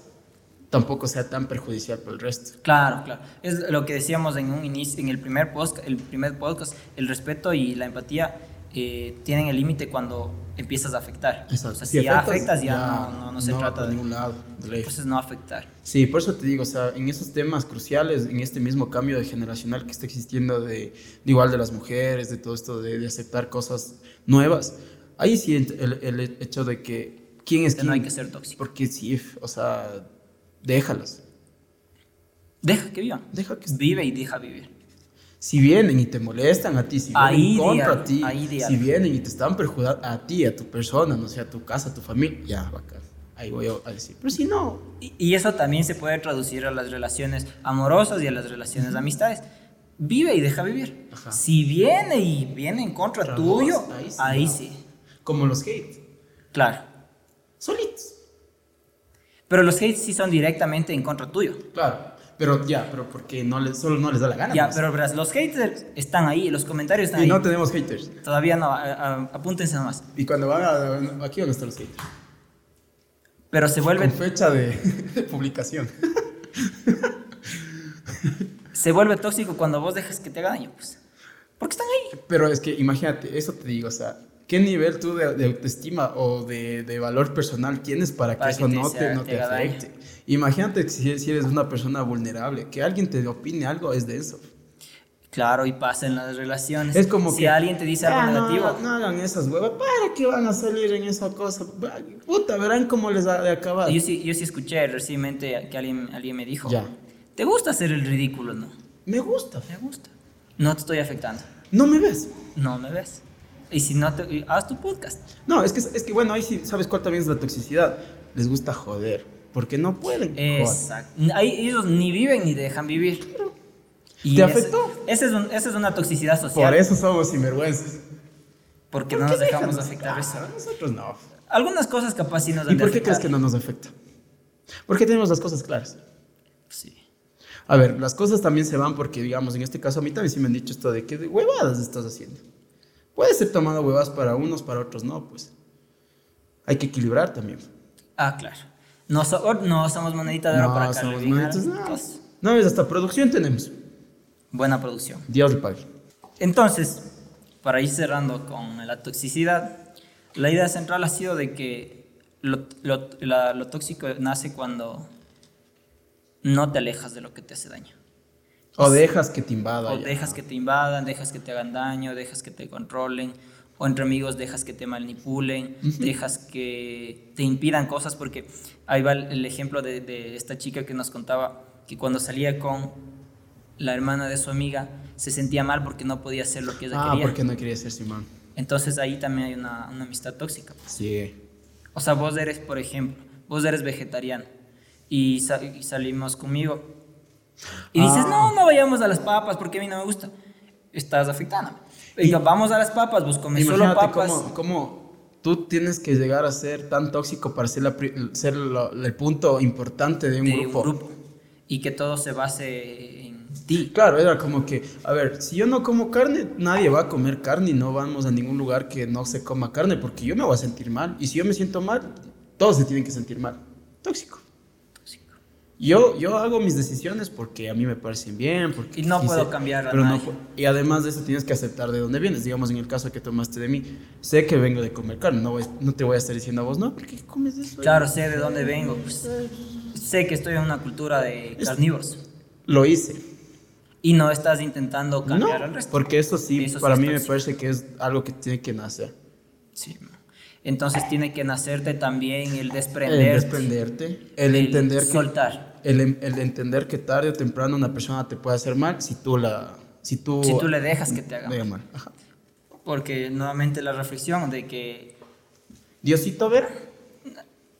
tampoco sea tan perjudicial para el resto. Claro, claro. Es lo que decíamos en un inicio, en el primer podcast, el primer podcast, el respeto y la empatía eh, tienen el límite cuando empiezas a afectar. O sea, si, ya afectas, afectas, ya, no, no- no se va trata por de ningún lado. de ley. entonces no afectar. Sí, por eso te digo, o sea, en esos temas cruciales, en este mismo cambio de generacional que está existiendo de, de igual de las mujeres, de todo esto de, de aceptar cosas nuevas, ahí sí ent- el, el hecho de que quién es Que no hay quién? que ser tóxico. Porque sí, f- o sea, déjalas, Deja que vivan. deja que... Vive y deja vivir. Si vienen y te molestan a ti, si vienen Ahí contra diálogo, ti, ahí si diálogo. vienen y te están perjudicando a ti, a tu persona, no sé, a tu casa, a tu familia, ya, bacán, ahí voy a- a decir. Pero si no, Y, y eso también se puede traducir a las relaciones amorosas y a las relaciones de amistades. Vive y deja vivir. Ajá. Si viene y viene en contra Contra vos, tuyo, ahí sí, ahí no. sí. como los hate, Claro. solitos. Pero los hates sí son directamente en contra tuyo. Claro, pero ya, pero porque no les, solo no les da la gana. Ya, pues. pero verás, los haters están ahí, los comentarios están Y ahí. no tenemos haters. Todavía no, a- a- apúntense nomás. Y cuando van a. Aquí van a estar los haters. Pero se vuelve, Con fecha de, *laughs* de publicación. se vuelve tóxico cuando vos dejas que te haga daño, pues. Porque están ahí. Pero es que imagínate, eso te digo, o sea, ¿qué nivel tú de, de autoestima o de, de valor personal tienes para que Para que eso te no, sea- te, no te te haga daño. afecte? Imagínate si, si eres una persona vulnerable, que alguien te opine algo es denso. Claro, y pasa en las relaciones. Es como si que- alguien te dice algo Ah, no, negativo, hagan- No, hagan esas huevas, ¿para qué van a salir en esa cosa? Puta, verán cómo les ha de acabar. Yo sí, yo sí escuché recientemente que alguien, alguien me dijo, Ya. ¿te gusta hacer el ridículo? No, Me gusta, me gusta. No te estoy afectando. no me ves. No me ves. Y si no, te, y haz tu podcast. No, es que, es que bueno, ahí sí, ¿sabes cuál también es la toxicidad? Les gusta joder, porque no pueden. joder. Exacto. Ahí ellos ni viven ni dejan vivir. ¿Te ese- afectó? Esa es, un- esa es una toxicidad social. Por eso somos sinvergüenzas. Porque ¿Por no qué nos dejamos dejan- afectar Ah, eso. Nosotros no. Algunas cosas capaz sí nos han ¿Y de por qué afectar. crees que no nos afecta? Porque tenemos las cosas claras. Sí. A ver, las cosas también se van porque, digamos, en este caso a mí también sí me han dicho esto de que de huevadas estás haciendo. Puede ser tomando huevas para unos, para otros no, pues. Hay que equilibrar también. Ah, claro. No, so- or- no somos monedita de oro para acá. somos adivinar malditos, no. cosas. No, ves, hasta producción tenemos. Buena producción. Dios le pague. Entonces, para ir cerrando con la toxicidad, la idea central ha sido de que lo, lo- la- lo tóxico nace cuando no te alejas de lo que te hace daño. O dejas que te invada. O ya. dejas que te invadan, dejas que te hagan daño, dejas que te controlen, o entre amigos dejas que te manipulen, dejas que te impidan cosas, porque ahí va el, el ejemplo de, de esta chica que nos contaba que cuando salía con la hermana de su amiga se sentía mal porque no podía hacer lo que ella Ah, quería. porque no quería ser Simón. Entonces ahí también hay una, una amistad tóxica. Sí. O sea, vos eres, por ejemplo, vos eres vegetariano y, sa- y salimos conmigo y dices, Ah. no, no vayamos a las papas porque a mí no me gusta. Estás afectándome. Y vamos a las papas, vos comes solo Imagínate papas. cómo, cómo tú tienes que llegar a ser tan tóxico para ser, la pri- ser lo- el punto importante de un, de grupo. un grupo y que todo se base en ti. Claro, era como que, a ver, si yo no como carne, nadie va a comer carne y no vamos a ningún lugar que no se coma carne porque yo me voy a sentir mal. Y si yo me siento mal, todos se tienen que sentir mal. Tóxico. Tóxico. Yo, yo hago mis decisiones porque a mí me parecen bien, porque... Y no quise, puedo cambiar a pero no nadie. pu- y además de eso tienes que aceptar de dónde vienes. Digamos, en el caso que tomaste de mí, sé que vengo de comer carne, no, voy- no te voy a estar diciendo a vos, no, ¿por qué comes eso? Claro, sé de dónde vengo. pues. sé que estoy en una cultura de carnívoros Lo hice. y no estás intentando No, cambiar al resto. porque eso sí, Eso sí para es mí me tóxico. parece que es algo que tiene que nacer. Sí. Entonces tiene que nacerte también el desprender. El desprenderte, el, entender que... soltar. El, en- el entender que tarde o temprano una persona te puede hacer mal si tú la... Si tú, Si tú le dejas que te haga le haga mal. Ajá. Porque nuevamente la reflexión de que Diosito, ver.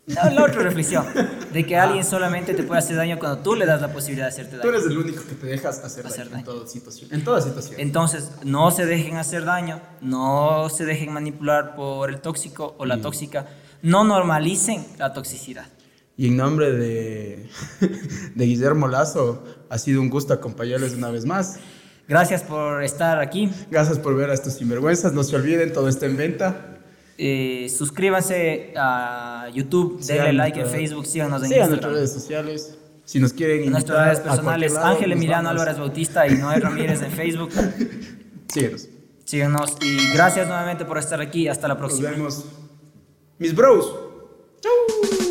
No, la otra reflexión, de que alguien solamente te puede hacer daño cuando tú le das la posibilidad de hacerte Ah. Tú daño. eres el único que te dejas hacer, Hacer daño daño. en toda situación. En toda situación. Entonces, no se dejen hacer daño, no se dejen manipular por el tóxico Mm. o la tóxica, no normalicen la toxicidad. Y en nombre de, *laughs* de Guillermo Lazo, ha sido un gusto acompañarles una vez más. Gracias por estar aquí. Gracias por ver a estos sinvergüenzas. No se olviden, todo está en venta. Eh, suscríbanse a YouTube, Sí, denle a like en nuestra- Facebook, síganos en Sigan nuestras Instagram. redes sociales. Si nos quieren En nuestras invitar redes a personales, cualquier lado, Ángel nos Emiliano vamos. Álvarez Bautista y Noé Ramírez *laughs* en Facebook. Síguenos. Síganos y gracias nuevamente por estar aquí. Hasta la Nos próxima. vemos. Mis bros. Chau.